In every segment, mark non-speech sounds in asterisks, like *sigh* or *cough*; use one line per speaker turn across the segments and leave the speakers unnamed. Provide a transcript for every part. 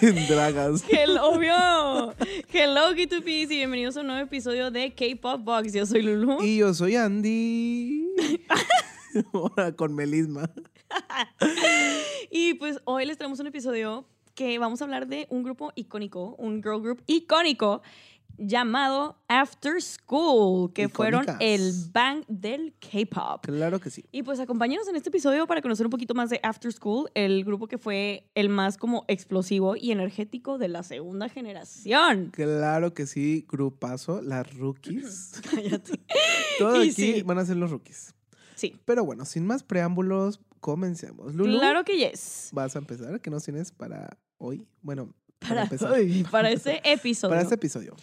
en dragas.
Hello, obvio. Hello, G2Ps y bienvenidos a un nuevo episodio de K-Pop Box. Yo soy Lulu.
Y yo soy Andy. *laughs* Ahora con melisma.
Y pues hoy les traemos un episodio que vamos a hablar de un grupo icónico, un girl group icónico llamado After School, que fueron
Icónicas.
el bang del K-Pop.
Claro que sí.
Y pues acompáñenos en este episodio para conocer un poquito más de After School, el grupo que fue el más como explosivo y energético de la segunda generación.
Claro que sí, grupazo, las rookies.
*laughs* Cállate.
Todo
Y
aquí
sí.
van a ser los rookies.
Sí.
Pero bueno, sin más preámbulos, comencemos. Lulu,
Claro que yes.
vas a empezar. ¿Qué nos tienes para hoy? Bueno, para,
Para,
empezar.
hoy,
*laughs*
para ese episodio.
Para este episodio.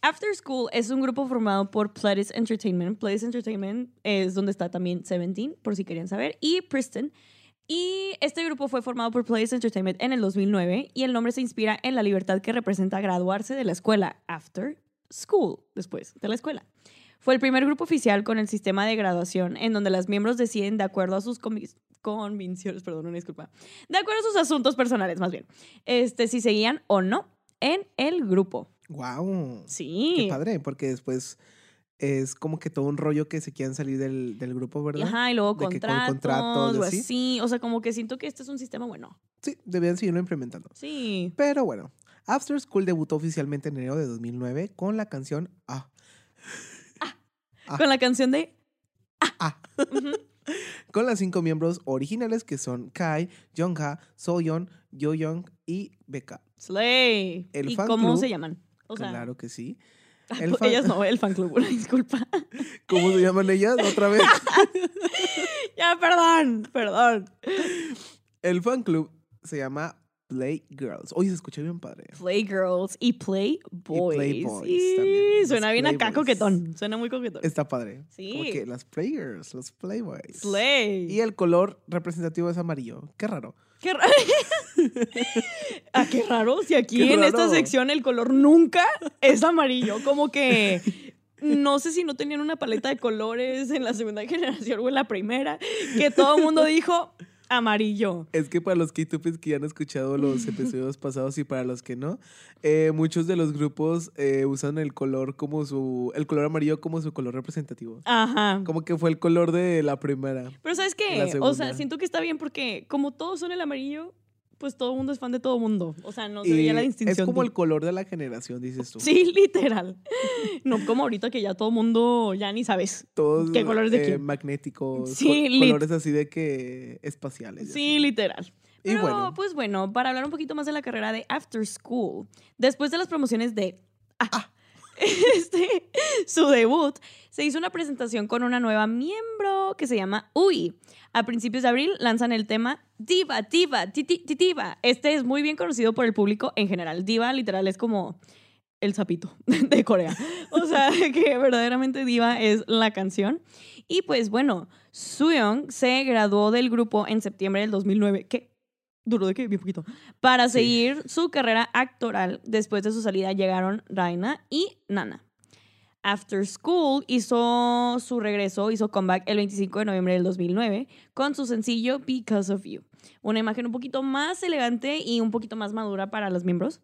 After School es un grupo formado por Pledis Entertainment. Pledis Entertainment es donde está también Seventeen, por si querían saber, y Priston. Y este grupo fue formado por Pledis Entertainment en el 2009 y el nombre se inspira en la libertad que representa graduarse de la escuela, after school, después de la escuela. Fue el primer grupo oficial con el sistema de graduación en donde las miembros deciden de acuerdo a sus convic- convicciones, perdón, una disculpa, de acuerdo a sus asuntos personales más bien, este, si seguían o no en el grupo.
¡Wow!
Sí.
Qué padre, porque después es como que todo un rollo que se quieran salir del, del grupo,
Y
¿verdad?
Ajá, y luego
De que con
contratos,
contratos,
o
así.
así. O sea, como que siento que este es un sistema bueno.
Sí, debían seguirlo implementando.
Sí.
Pero bueno, After School debutó oficialmente en enero de 2009 con la canción Ah, Ah.
Con la canción de
con las cinco miembros originales que son Kai, Jongha, Soyeon, Yoyoung y Becca.
Slay.
El
¿Y
fan
cómo
club.
se llaman? O sea,
claro que
*laughs*
sí.
ah,
el
pues,
fan-
ellas
*laughs*
no, el fan club, una disculpa. *laughs*
¿Cómo se llaman ellas? Otra vez.
ya, perdón, perdón.
El fan club se llama Playgirls. Oye, se escucha bien padre.
Playgirls y Playboys.
Playboys
Y
también, los
suena bien acá
Playboys.
coquetón. Suena muy coquetón.
Está padre.
Sí.
Como que las Playgirls, los Playboys.
Slay.
Y el color representativo es amarillo. Qué raro.
Qué raro. *laughs* ah, qué raro. Si aquí
Qué
en esta
raro.
sección el color nunca es amarillo. Como que. No sé si no tenían una paleta de colores en la segunda *laughs* generación o en la primera, que todo el mundo dijo amarillo.
Es que para los k que ya han escuchado los
*laughs*
episodios pasados y para los que no, eh, muchos de los grupos eh, usan el color como su. el color amarillo como su color representativo.
Ajá.
Como que fue el color de la primera.
Pero ¿sabes
La
qué? O sea,
segunda.
siento que está bien porque como todos son el amarillo, pues todo el mundo es fan de todo el mundo. O sea, no se
Y
veía la distinción.
Es como el color de la generación, dices tú.
*laughs* Sí, literal. No como ahorita que ya todo el mundo ya ni sabes.
Todos eh,
¿Qué colores de quién?
magnéticos.
Sí,
col-
lit-
colores así de que espaciales. y
Sí,
así.
literal.
Y
Pero,
bueno.
pues bueno, para hablar un poquito más de la carrera de After School, después de las promociones de ah, *laughs* este, su debut, se hizo una presentación con una nueva miembro que se llama Ui. A principios de abril lanzan el tema Diva, Diva, Titi- Titiva. Este es muy bien conocido por el público en general. Diva, literal, es como el sapito *laughs* de Corea. O sea, *laughs* que verdaderamente Diva es la canción. Y pues bueno, Suyeong se graduó del grupo en septiembre del 2009. ¿Qué? Duró de qué? Bien poquito. Para
Sí.
seguir su carrera actoral, después de su salida llegaron Raina y Nana. After School hizo su regreso, hizo comeback el 25 de noviembre del 2009 con su sencillo Because of You. Una imagen un poquito más elegante y un poquito más madura para los miembros.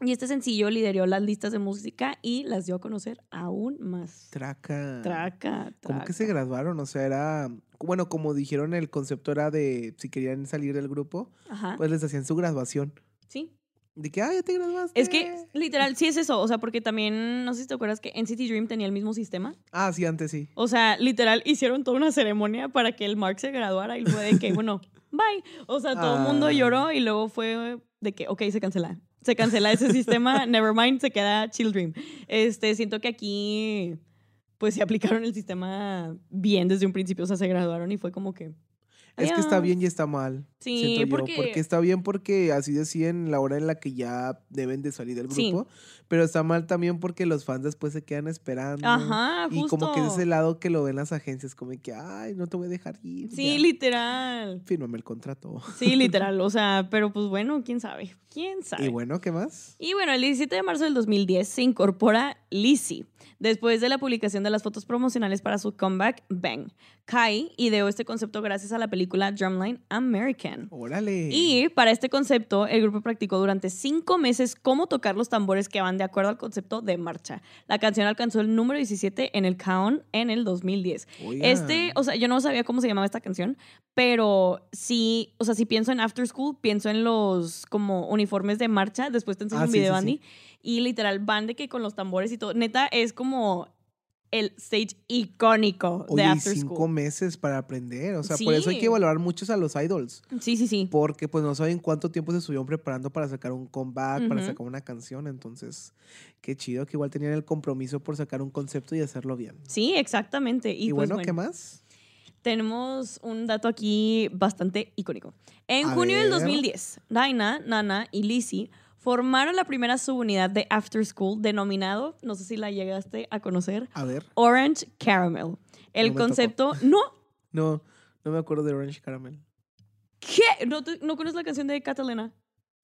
Y este sencillo lideró las listas de música y las dio a conocer aún más.
Traca.
Traca, traca.
Como que se graduaron, o sea, era. Bueno, como dijeron, el concepto era de si querían salir del grupo,
Ajá.
pues les hacían su graduación.
sí.
De que, ah, ya te graduaste.
Es que literal sí es eso, o sea, porque también no sé si te acuerdas que NCT Dream tenía el mismo sistema.
Ah, sí, antes sí.
O sea, literal hicieron toda una ceremonia para que el Mark se graduara y fue de
*laughs*
que, bueno, bye. O sea, todo el mundo
Ah.
lloró y luego fue de que, ok, se cancela. Se cancela ese
*laughs*
sistema, never mind, se queda Chill Dream. Este, siento que aquí pues se aplicaron el sistema bien desde un principio, o sea, se graduaron y fue como que
Es que está
adiós.
bien y está mal.
Sí,
siento yo,
porque-
está bien porque así deciden la hora en la que ya deben de salir del
Sí.
grupo, pero está mal también porque los fans después se quedan esperando.
*laughs* Ajá,
Y
justo.
como que ese es el lado que lo ven las agencias, como que, ay, no te voy a dejar ir.
Sí,
ya,
literal.
Fírmame el contrato. *laughs*
Sí, literal, o sea, pero pues bueno, quién sabe. ¿Quién sabe?
Y bueno, ¿qué más?
Y bueno, el 17 de marzo del 2010 se incorpora Lizzie Después de la publicación de las fotos promocionales para su comeback, Bang, Kai ideó este concepto gracias a la película Drumline American.
Órale.
Y para este concepto, el grupo practicó durante cinco meses cómo tocar los tambores que van de acuerdo al concepto de marcha. La canción alcanzó el número 17 en el Count en el 2010.
Oigan.
Este, o sea, yo no sabía cómo se llamaba esta canción, pero sí, o sea, si pienso en After School, pienso en los como uniformes de marcha. Después te enseño
Ah,
un
sí,
video,
sí, sí.
Andy. Y literal, van de que con los tambores y todo. Neta, es como el stage icónico
Oye,
de
y
After
cinco
School.
meses para aprender. O sea, por eso hay
Sí.
que valorar muchos a los idols.
Sí, sí, sí.
Porque pues no saben cuánto tiempo se estuvieron preparando para sacar un comeback, para
Ujú.
sacar una canción. Entonces, qué chido que igual tenían el compromiso por sacar un concepto y hacerlo bien.
Sí, exactamente. Y,
Y,
pues,
bueno, ¿qué más?
Tenemos un dato aquí bastante icónico. En
A
junio del
ver.
2010, Daina, Nana y Lizzie formaron la primera subunidad de After School denominado, no sé si la llegaste a conocer,
A ver.
Orange Caramel. El
No me
concepto, no,
No, no me acuerdo de Orange Caramel.
¿qué? ¿No, te- no conoces la canción de Catalina?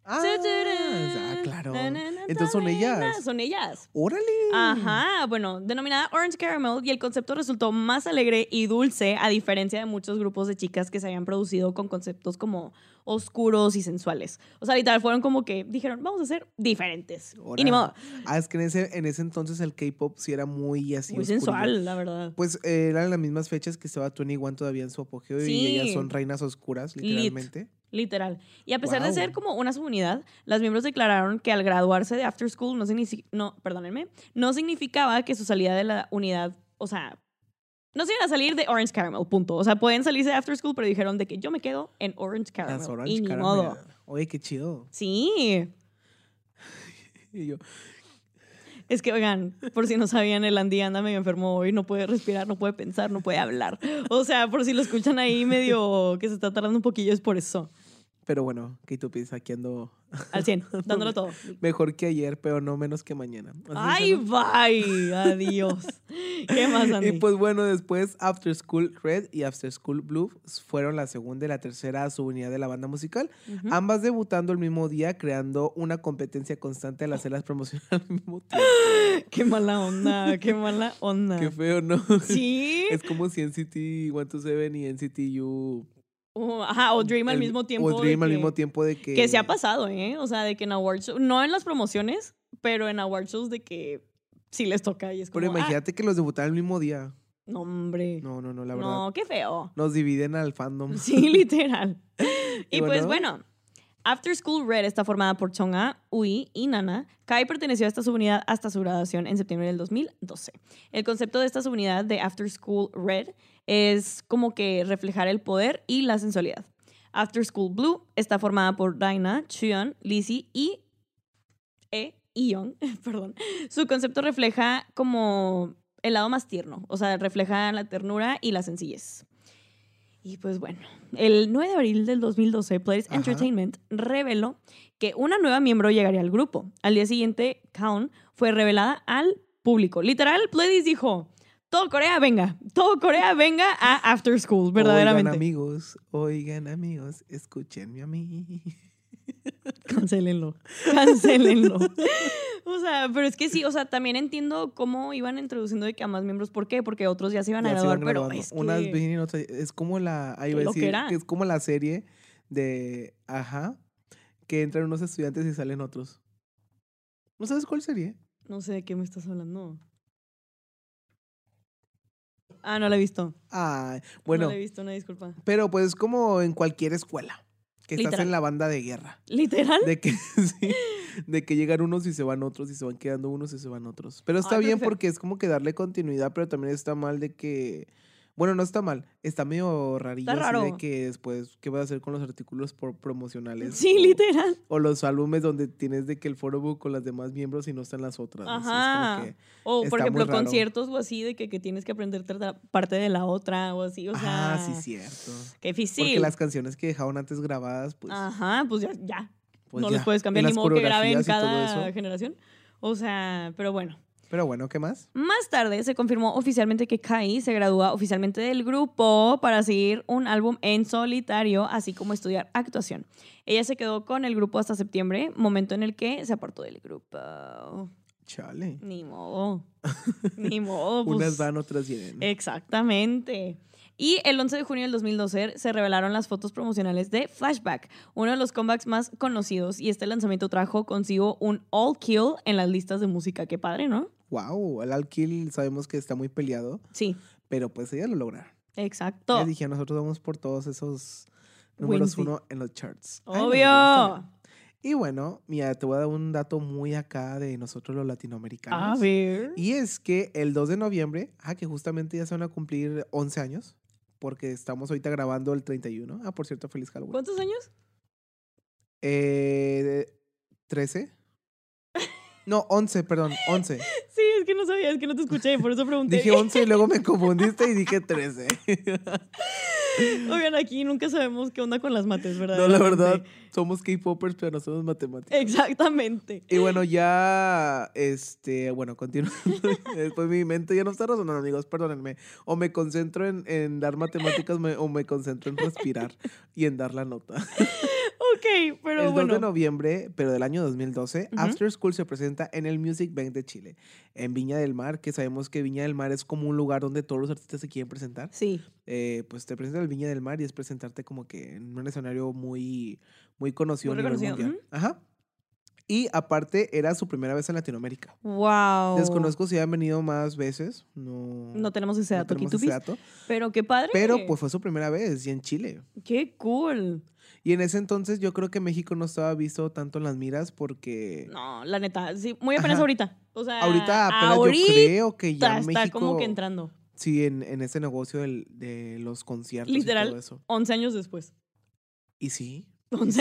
Ah, ah, claro. Entonces son ellas. Mm.
Son ellas.
Órale.
Ajá, bueno, denominada Orange Caramel y el concepto resultó más alegre y dulce a diferencia de muchos grupos de chicas que se habían producido con conceptos como oscuros y sensuales. O sea, literal fueron como que dijeron, vamos a ser diferentes. Y
Órale.
ni modo,
Ah, es que en ese, en ese entonces el K-pop sí era muy así.
muy
oscurillo.
sensual, la verdad.
Pues eh, eran las mismas fechas que estaba 21 todavía en su apogeo y
Sí.
ellas son reinas oscuras,
Lit.
literalmente.
Literal. Y a pesar de
Guau.
ser como una subunidad, las miembros declararon que al graduarse de After School no, signifi- no, perdónenme, no significaba que su salida de la unidad, o sea, no se iban a salir de Orange Caramel, punto. O sea, pueden salirse de After School, pero dijeron de que yo me quedo en Orange Caramel.
Las Orange
y ni
Caramel.
modo.
Oye, qué chido.
Sí.
Y yo,
Es que, oigan, por si no sabían, el Andy anda medio enfermo hoy, no puede respirar, no puede pensar, no puede hablar. O sea, por si lo escuchan ahí medio que se está tardando un poquillo, es por eso.
pero bueno, K-Tupis, aquí ando
Al 100, dándolo todo.
mejor que ayer, pero no menos que mañana. Así
Ay,
dicen, *laughs*
bye. Adiós. ¿Qué más,
¿no?
Andy?
Y pues bueno, después After School Red y After School Blue fueron la segunda y la tercera subunidad de la banda musical,
Ujú.
ambas debutando el mismo día, creando una competencia constante al hacerlas promocionar *laughs* al mismo tiempo.
*gasps* Qué mala onda, qué mala onda.
Qué feo, ¿no?
*laughs* sí.
*laughs* Es como si NCT 127 y NCT U
O- Uh, ajá, o Dream al
el-
mismo tiempo.
O Dream
de
al
que,
mismo tiempo de que
Que se ha pasado, ¿eh? O sea, de que en award shows, no en las promociones, pero en award shows de que sí les toca y es como.
Pero
ah,
imagínate que los debutaran el mismo día.
no, hombre. No,
No, no, no, la verdad.
qué feo.
Nos dividen al fandom. *laughs*
*laughs* Sí, literal. y
Y
pues
bueno.
bueno, After School Red está formada por Chonga, Ui y Nana. Kai perteneció a esta subunidad hasta su graduación en septiembre del 2012. El concepto de esta subunidad de After School Red es como que reflejar el poder y la sensualidad. After School Blue está formada por Daina, Chuyeon, Lizzie y E. Ion, *laughs* perdón. Su concepto refleja como el lado más tierno, o sea, refleja la ternura y la sencillez. Y pues bueno, el 9 de abril del 2012, Players
Ajá.
Entertainment reveló que una nueva miembro llegaría al grupo. Al día siguiente, Kaon fue revelada al público. Literal, Players dijo, todo Corea venga, todo Corea venga a After School,
Oigan,
verdaderamente.
amigos, oigan, amigos, escúchenme a mí.
Cancelenlo, cancelenlo. *laughs* O sea, pero es que sí, o sea, también entiendo cómo iban introduciendo de que a más miembros. ¿Por qué? Porque otros ya se iban a
Ya se van
graduar, pero
graduando.
es que...
Unas vienen, otras. Es como la. Ahí
Qué
va a decir
loquera.
que es como la serie de. Ajá. Que entran unos estudiantes y salen otros. ¿No sabes cuál serie?
No sé de qué me estás hablando. Ah, no la he visto.
Ah, bueno.
No la he visto, una disculpa.
pero pues es como en cualquier escuela. Que estás
Literal.
en la banda de guerra.
¿Literal?
De que, *laughs* sí, de que llegan unos y se van otros y se van quedando unos y se van otros. Pero está
Ay, pero
bien
qué feo.
porque es como que darle continuidad, pero también está mal de que... Bueno, no está mal, está medio rarillo así
raro.
de que después, ¿qué vas a hacer con los artículos por promocionales?
Sí,
o,
literal.
O los álbumes donde tienes de que el foro book con las demás miembros y no están las otras. ¿no? Sí, es como
Ajá.
que-
O, por
Está muy
ejemplo,
raro.
conciertos o así, de que, que tienes que aprender otra parte de la otra o así. O sea,
ah, sí, cierto. Porque
qué difícil.
las canciones que dejaban antes grabadas, pues...
Ajá, pues ya, ya.
pues
no
ya,
les puedes
en
cambiar ni
las
modo que graben
coreografías y todo
cada
eso.
generación. O sea, pero bueno.
Pero bueno, ¿qué más?
Más tarde se confirmó oficialmente que Kai se gradúa oficialmente del grupo para seguir un álbum en solitario, así como estudiar actuación. Ella se quedó con el grupo hasta septiembre, momento en el que se apartó del grupo.
Chale. *laughs*
Ni modo. Ni modo. pues.
Unas van, otras vienen.
Exactamente. Y el 11 de junio del 2012 se revelaron las fotos promocionales de Flashback, uno de los comebacks más conocidos, y este lanzamiento trajo consigo un All Kill en las listas de música. Qué padre, ¿no?
Wow, el alquil sabemos que está muy peleado,
Sí,
pero pues ella lo logra.
exacto.
Ya dije, nosotros vamos por todos esos números
Wincy.
uno en los charts. Ay, no, está
Obvio.
bien. y bueno, mira, te voy a dar un dato muy acá de nosotros los latinoamericanos.
A ver.
Y es que el 2 de noviembre, ah, que justamente ya se van a cumplir 11 años, porque estamos ahorita grabando el 31. Ah, por cierto, feliz Halloween.
¿Cuántos años? *laughs*
Eh, 13. No, 11, perdón, 11.
Sí, es que no sabía, es que no te escuché, por eso pregunté.
Dije 11 y luego me confundiste y dije *laughs* 13.
*laughs* Oigan, aquí nunca sabemos qué onda con las mates, ¿verdad?
No, la verdad, somos K-popers, pero no somos matemáticos.
*laughs* Exactamente.
Y bueno, ya, este, bueno, continuando. *laughs* Después mi mente ya no está razonando, amigos, perdónenme. O me concentro en, en dar matemáticas me- o me concentro en respirar y en dar la nota.
Ok, pero
el 2
bueno.
de noviembre, pero del año 2012,
Ujú.
After School se presenta en el Music Bank de Chile, en Viña del Mar, que sabemos que Viña del Mar es como un lugar donde todos los artistas se quieren presentar.
Sí,
Eh, pues te presentas en el Viña del Mar y es presentarte como que en un escenario muy, muy conocido
Muy
a nivel
reconocido,
mundial. Ajá. Y aparte, era su primera vez en Latinoamérica.
wow.
Desconozco si han venido más veces. No,
Oh. No tenemos ese
no
dato aquí,
tenemos
tú
ese
vis.
dato.
Pero qué padre.
Pero pues fue su primera vez y en Chile.
Qué cool.
Y en ese entonces yo creo que México no estaba visto tanto en las miras porque
No, la neta, sí, muy apenas
Ajá.
ahorita. O sea,
ahorita apenas yo
ahorita
creo que ya
está
México
como que entrando.
sí en, en ese negocio del- de los conciertos y
Literal.
todo eso. 11
11 años después.
Y sí.
11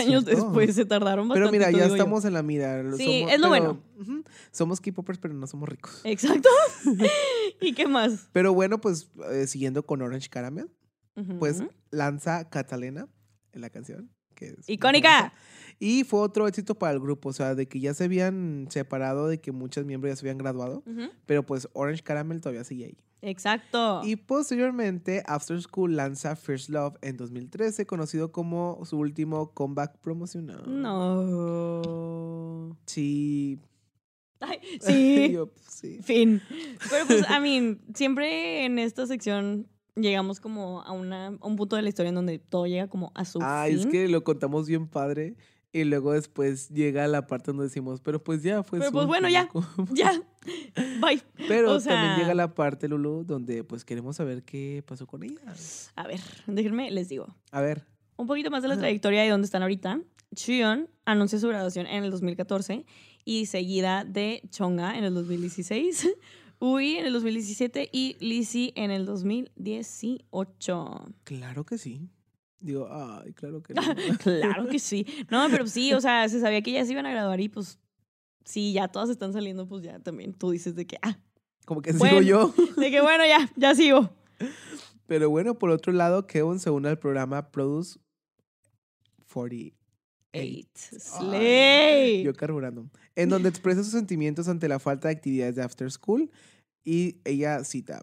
Es
años
cierto.
después se tardaron bastante.
Pero mira, ya
digo yo.
estamos en la mira. lo
Sí, es lo bueno. Eh.
ujú, Somos K-popers, pero no somos ricos. *laughs*
Exacto. *laughs* ¿Y qué más?
Pero bueno, pues eh, siguiendo con Orange Caramel,
Ujú.
pues lanza Catalina la canción. Que es muy famosa.
icónica.
Y fue otro éxito para el grupo, o sea, de que ya se habían separado, de que muchos miembros ya se habían graduado.
Ujú.
Pero pues Orange Caramel todavía sigue ahí.
Exacto.
Y posteriormente, After School lanza First Love en 2013, conocido como su último comeback promocional. *laughs*
No.
Sí.
Ay, sí.
Yo, pues, sí.
fin.
*laughs*
Pero pues, I mean, siempre en esta sección llegamos como a, una, a un punto de la historia en donde todo llega como a su
Ay, Ah, es
fin.
que lo contamos bien padre. Y luego después llega la parte donde decimos, pero pues ya fue
Pero
su
pues bueno,
último *laughs* comeback.
*laughs* Ya. Bye.
Pero
o sea-
también llega la parte, Lulu, donde pues queremos saber qué pasó con ella.
A ver, déjenme, les digo.
A ver.
Un poquito más de la
Ajá.
trayectoria de donde están ahorita. Cheon anuncia su graduación en el 2014 y seguida de Chonga en el 2016, *laughs* Ui en el 2017 y Lizzy en el 2018.
Claro que sí. Digo, ay, claro
*laughs*
que no. *laughs*
Claro que sí. No, pero sí, o sea, se sabía que ya se iban a graduar y pues sí, ya todas están saliendo, pues ya también tú dices de que, ah,
Como que
Bueno.
sigo yo.
de que bueno, ya, ya sigo.
Pero bueno, por otro lado, Kevin se une al programa Produce 48.
Eight. Slay.
Yo carburando. En donde expresa sus sentimientos ante la falta de actividades de after school. Y ella cita: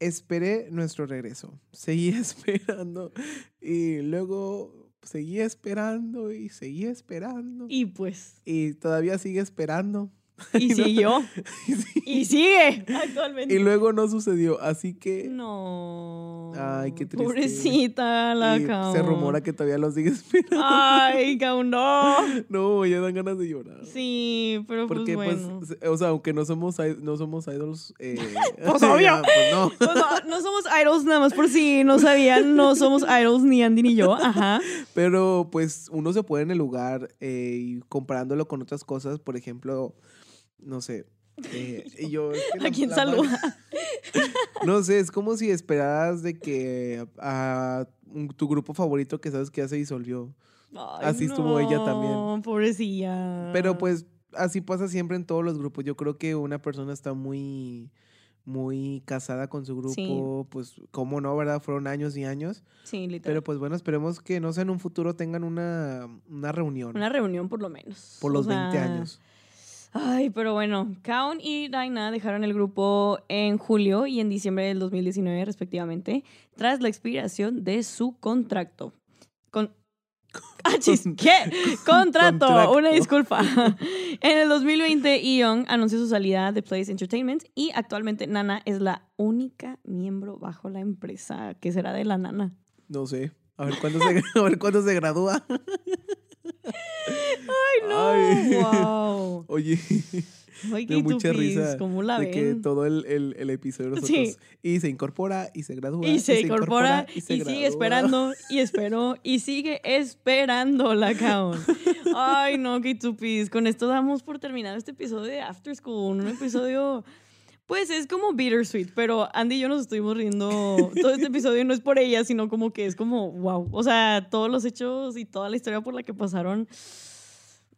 Esperé nuestro regreso. *laughs* Seguí esperando. Y luego seguí esperando y seguí esperando. Y,
Y
*laughs*
pues,
todavía sigue esperando. *laughs*
y
No.
siguió.
Y
*laughs*
sí.
Y sigue actualmente.
Y luego no sucedió. Así que.
No.
Ay, qué triste.
Pobrecita la
y
Kaun.
se rumora que todavía lo sigue *laughs* esperando. *laughs*
Ay, Kaun, no.
No, ya dan ganas de llorar.
Sí, pero
Porque,
pues
pues, *laughs*
bueno.
se- o sea, aunque no somos, i- no somos idols. eh,
*laughs*
*laughs*
Pues,
ya,
obvio.
pues, no.
Pues, no, no somos idols nada más por si no sabían, no somos idols ni Andy ni yo. Ajá.
Pero, pues, uno se pone en el lugar eh, y comparándolo con otras cosas, por ejemplo, no sé.
*laughs*
eh, y yo, es que
¿A quién
mano-
saluda?
*laughs* No sé, es como si esperaras de que a, un- tu grupo favorito que sabes que ya se disolvió.
Ay,
Así estuvo ella también.
no, Pobrecilla.
Pero pues así pasa siempre en todos los grupos. Yo creo que una persona está muy, muy casada con su grupo.
Sí.
Pues, ¿cómo no, verdad? Fueron años y años.
Sí, literal.
Pero pues bueno, esperemos que no sé, en un futuro tengan una, una reunión
Una reunión por lo menos.
por
O
los
sea,
20 años.
Ay, pero bueno, Kaun y Daina dejaron el grupo en julio y en diciembre
*laughs*
del 2019 respectivamente, tras la expiración de su contrato. Con Achis, ¿qué? Contrato,
Contracto.
una disculpa. *laughs* En el 2020, Eon anunció su salida de Place Entertainment y actualmente Nana es la única miembro bajo la empresa que será de la Nana.
No sé. A
*laughs*
ver cuándo se, a ver cuándo se gradúa. *laughs*
¡Ay, no!
Ay. *laughs*
¡Wow!
Oye,
Ay,
me
qué
dio mucha
tupis,
risa
¿Cómo la
de que
ven?
todo el, el, el episodio nosotros.
Sí.
Y se incorpora y se gradúa.
Y se incorpora y,
se
sigue
gradúa.
esperando y esperó y sigue esperando la caón. Ay, no, qué tupis. Con esto damos por terminado este episodio de After School. Un episodio, pues es como bittersweet, pero Andy y yo nos estuvimos riendo todo este episodio y no es por ella, sino como que es como wow. O sea, todos los hechos y toda la historia por la que pasaron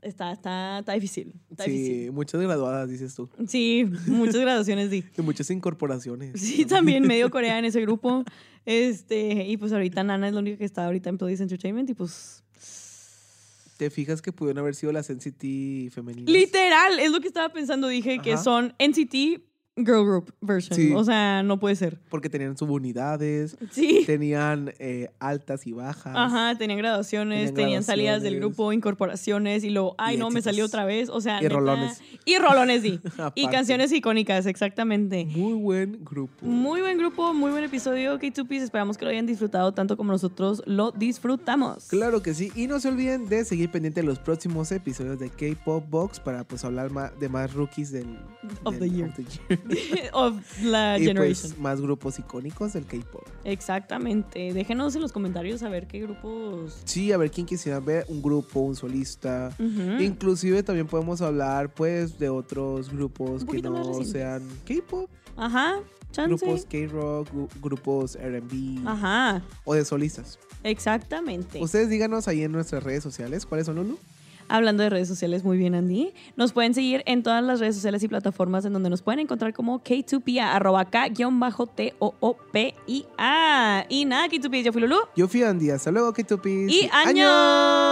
está, está, está difícil. Está difícil.
Sí, muchas graduadas, dices tú.
Sí, muchas graduaciones, Di.
Y muchas *laughs* incorporaciones.
Sí, también medio Corea en ese grupo. Este, y pues ahorita Nana es la única que está ahorita en Police Entertainment y pues
¿Te fijas que pudieron haber sido las NCT femeninas?
literal, es lo que estaba pensando, dije que
Ajá.
son NCT Girl Group version,
Sí.
o sea, no puede ser.
Porque tenían subunidades,
Sí.
tenían eh, altas y bajas. *laughs*
Ajá, tenían graduaciones,
Tenían
tenían salidas del
graduaciones.
grupo, incorporaciones y luego, ay
Y
no, me
éxitos.
salió otra vez, o sea,
Y rolones.
Y
*laughs*
rolones, sí. y
Aparte.
canciones icónicas, exactamente.
Muy buen grupo.
Muy buen grupo, muy buen episodio, K2Ps. Esperamos que lo hayan disfrutado tanto como nosotros lo disfrutamos.
Claro que sí, y no se olviden de seguir pendiente de los próximos episodios de K-Pop Box para pues hablar ma- de más rookies del,
Of
del-
the year.
year.
*laughs* of la
*laughs* y
generation.
pues más grupos icónicos del K-Pop.
Exactamente. Déjenos en los comentarios a ver qué grupos.
Sí, a ver quién quisiera ver, un grupo, un solista.
Ujú.
Inclusive también podemos hablar pues de otros grupos que
Un poquito más
no
recientes. Ah,
sean K-Pop,
Ajá, chance.
grupos K-Rock, gru- grupos R&B
Ajá,
o de solistas.
exactamente.
Ustedes díganos ahí en nuestras redes sociales cuáles son, Lulu.
Hablando de redes sociales, muy bien, Andy. Nos pueden seguir en todas las redes sociales y plataformas en donde nos pueden encontrar como K2PIA, arroba K-T-O-O-P-I-A. Y nada, K2PIA, yo fui Lulu.
Yo fui Andy, hasta luego, K-Tupis.
Y
¡Añón!
año.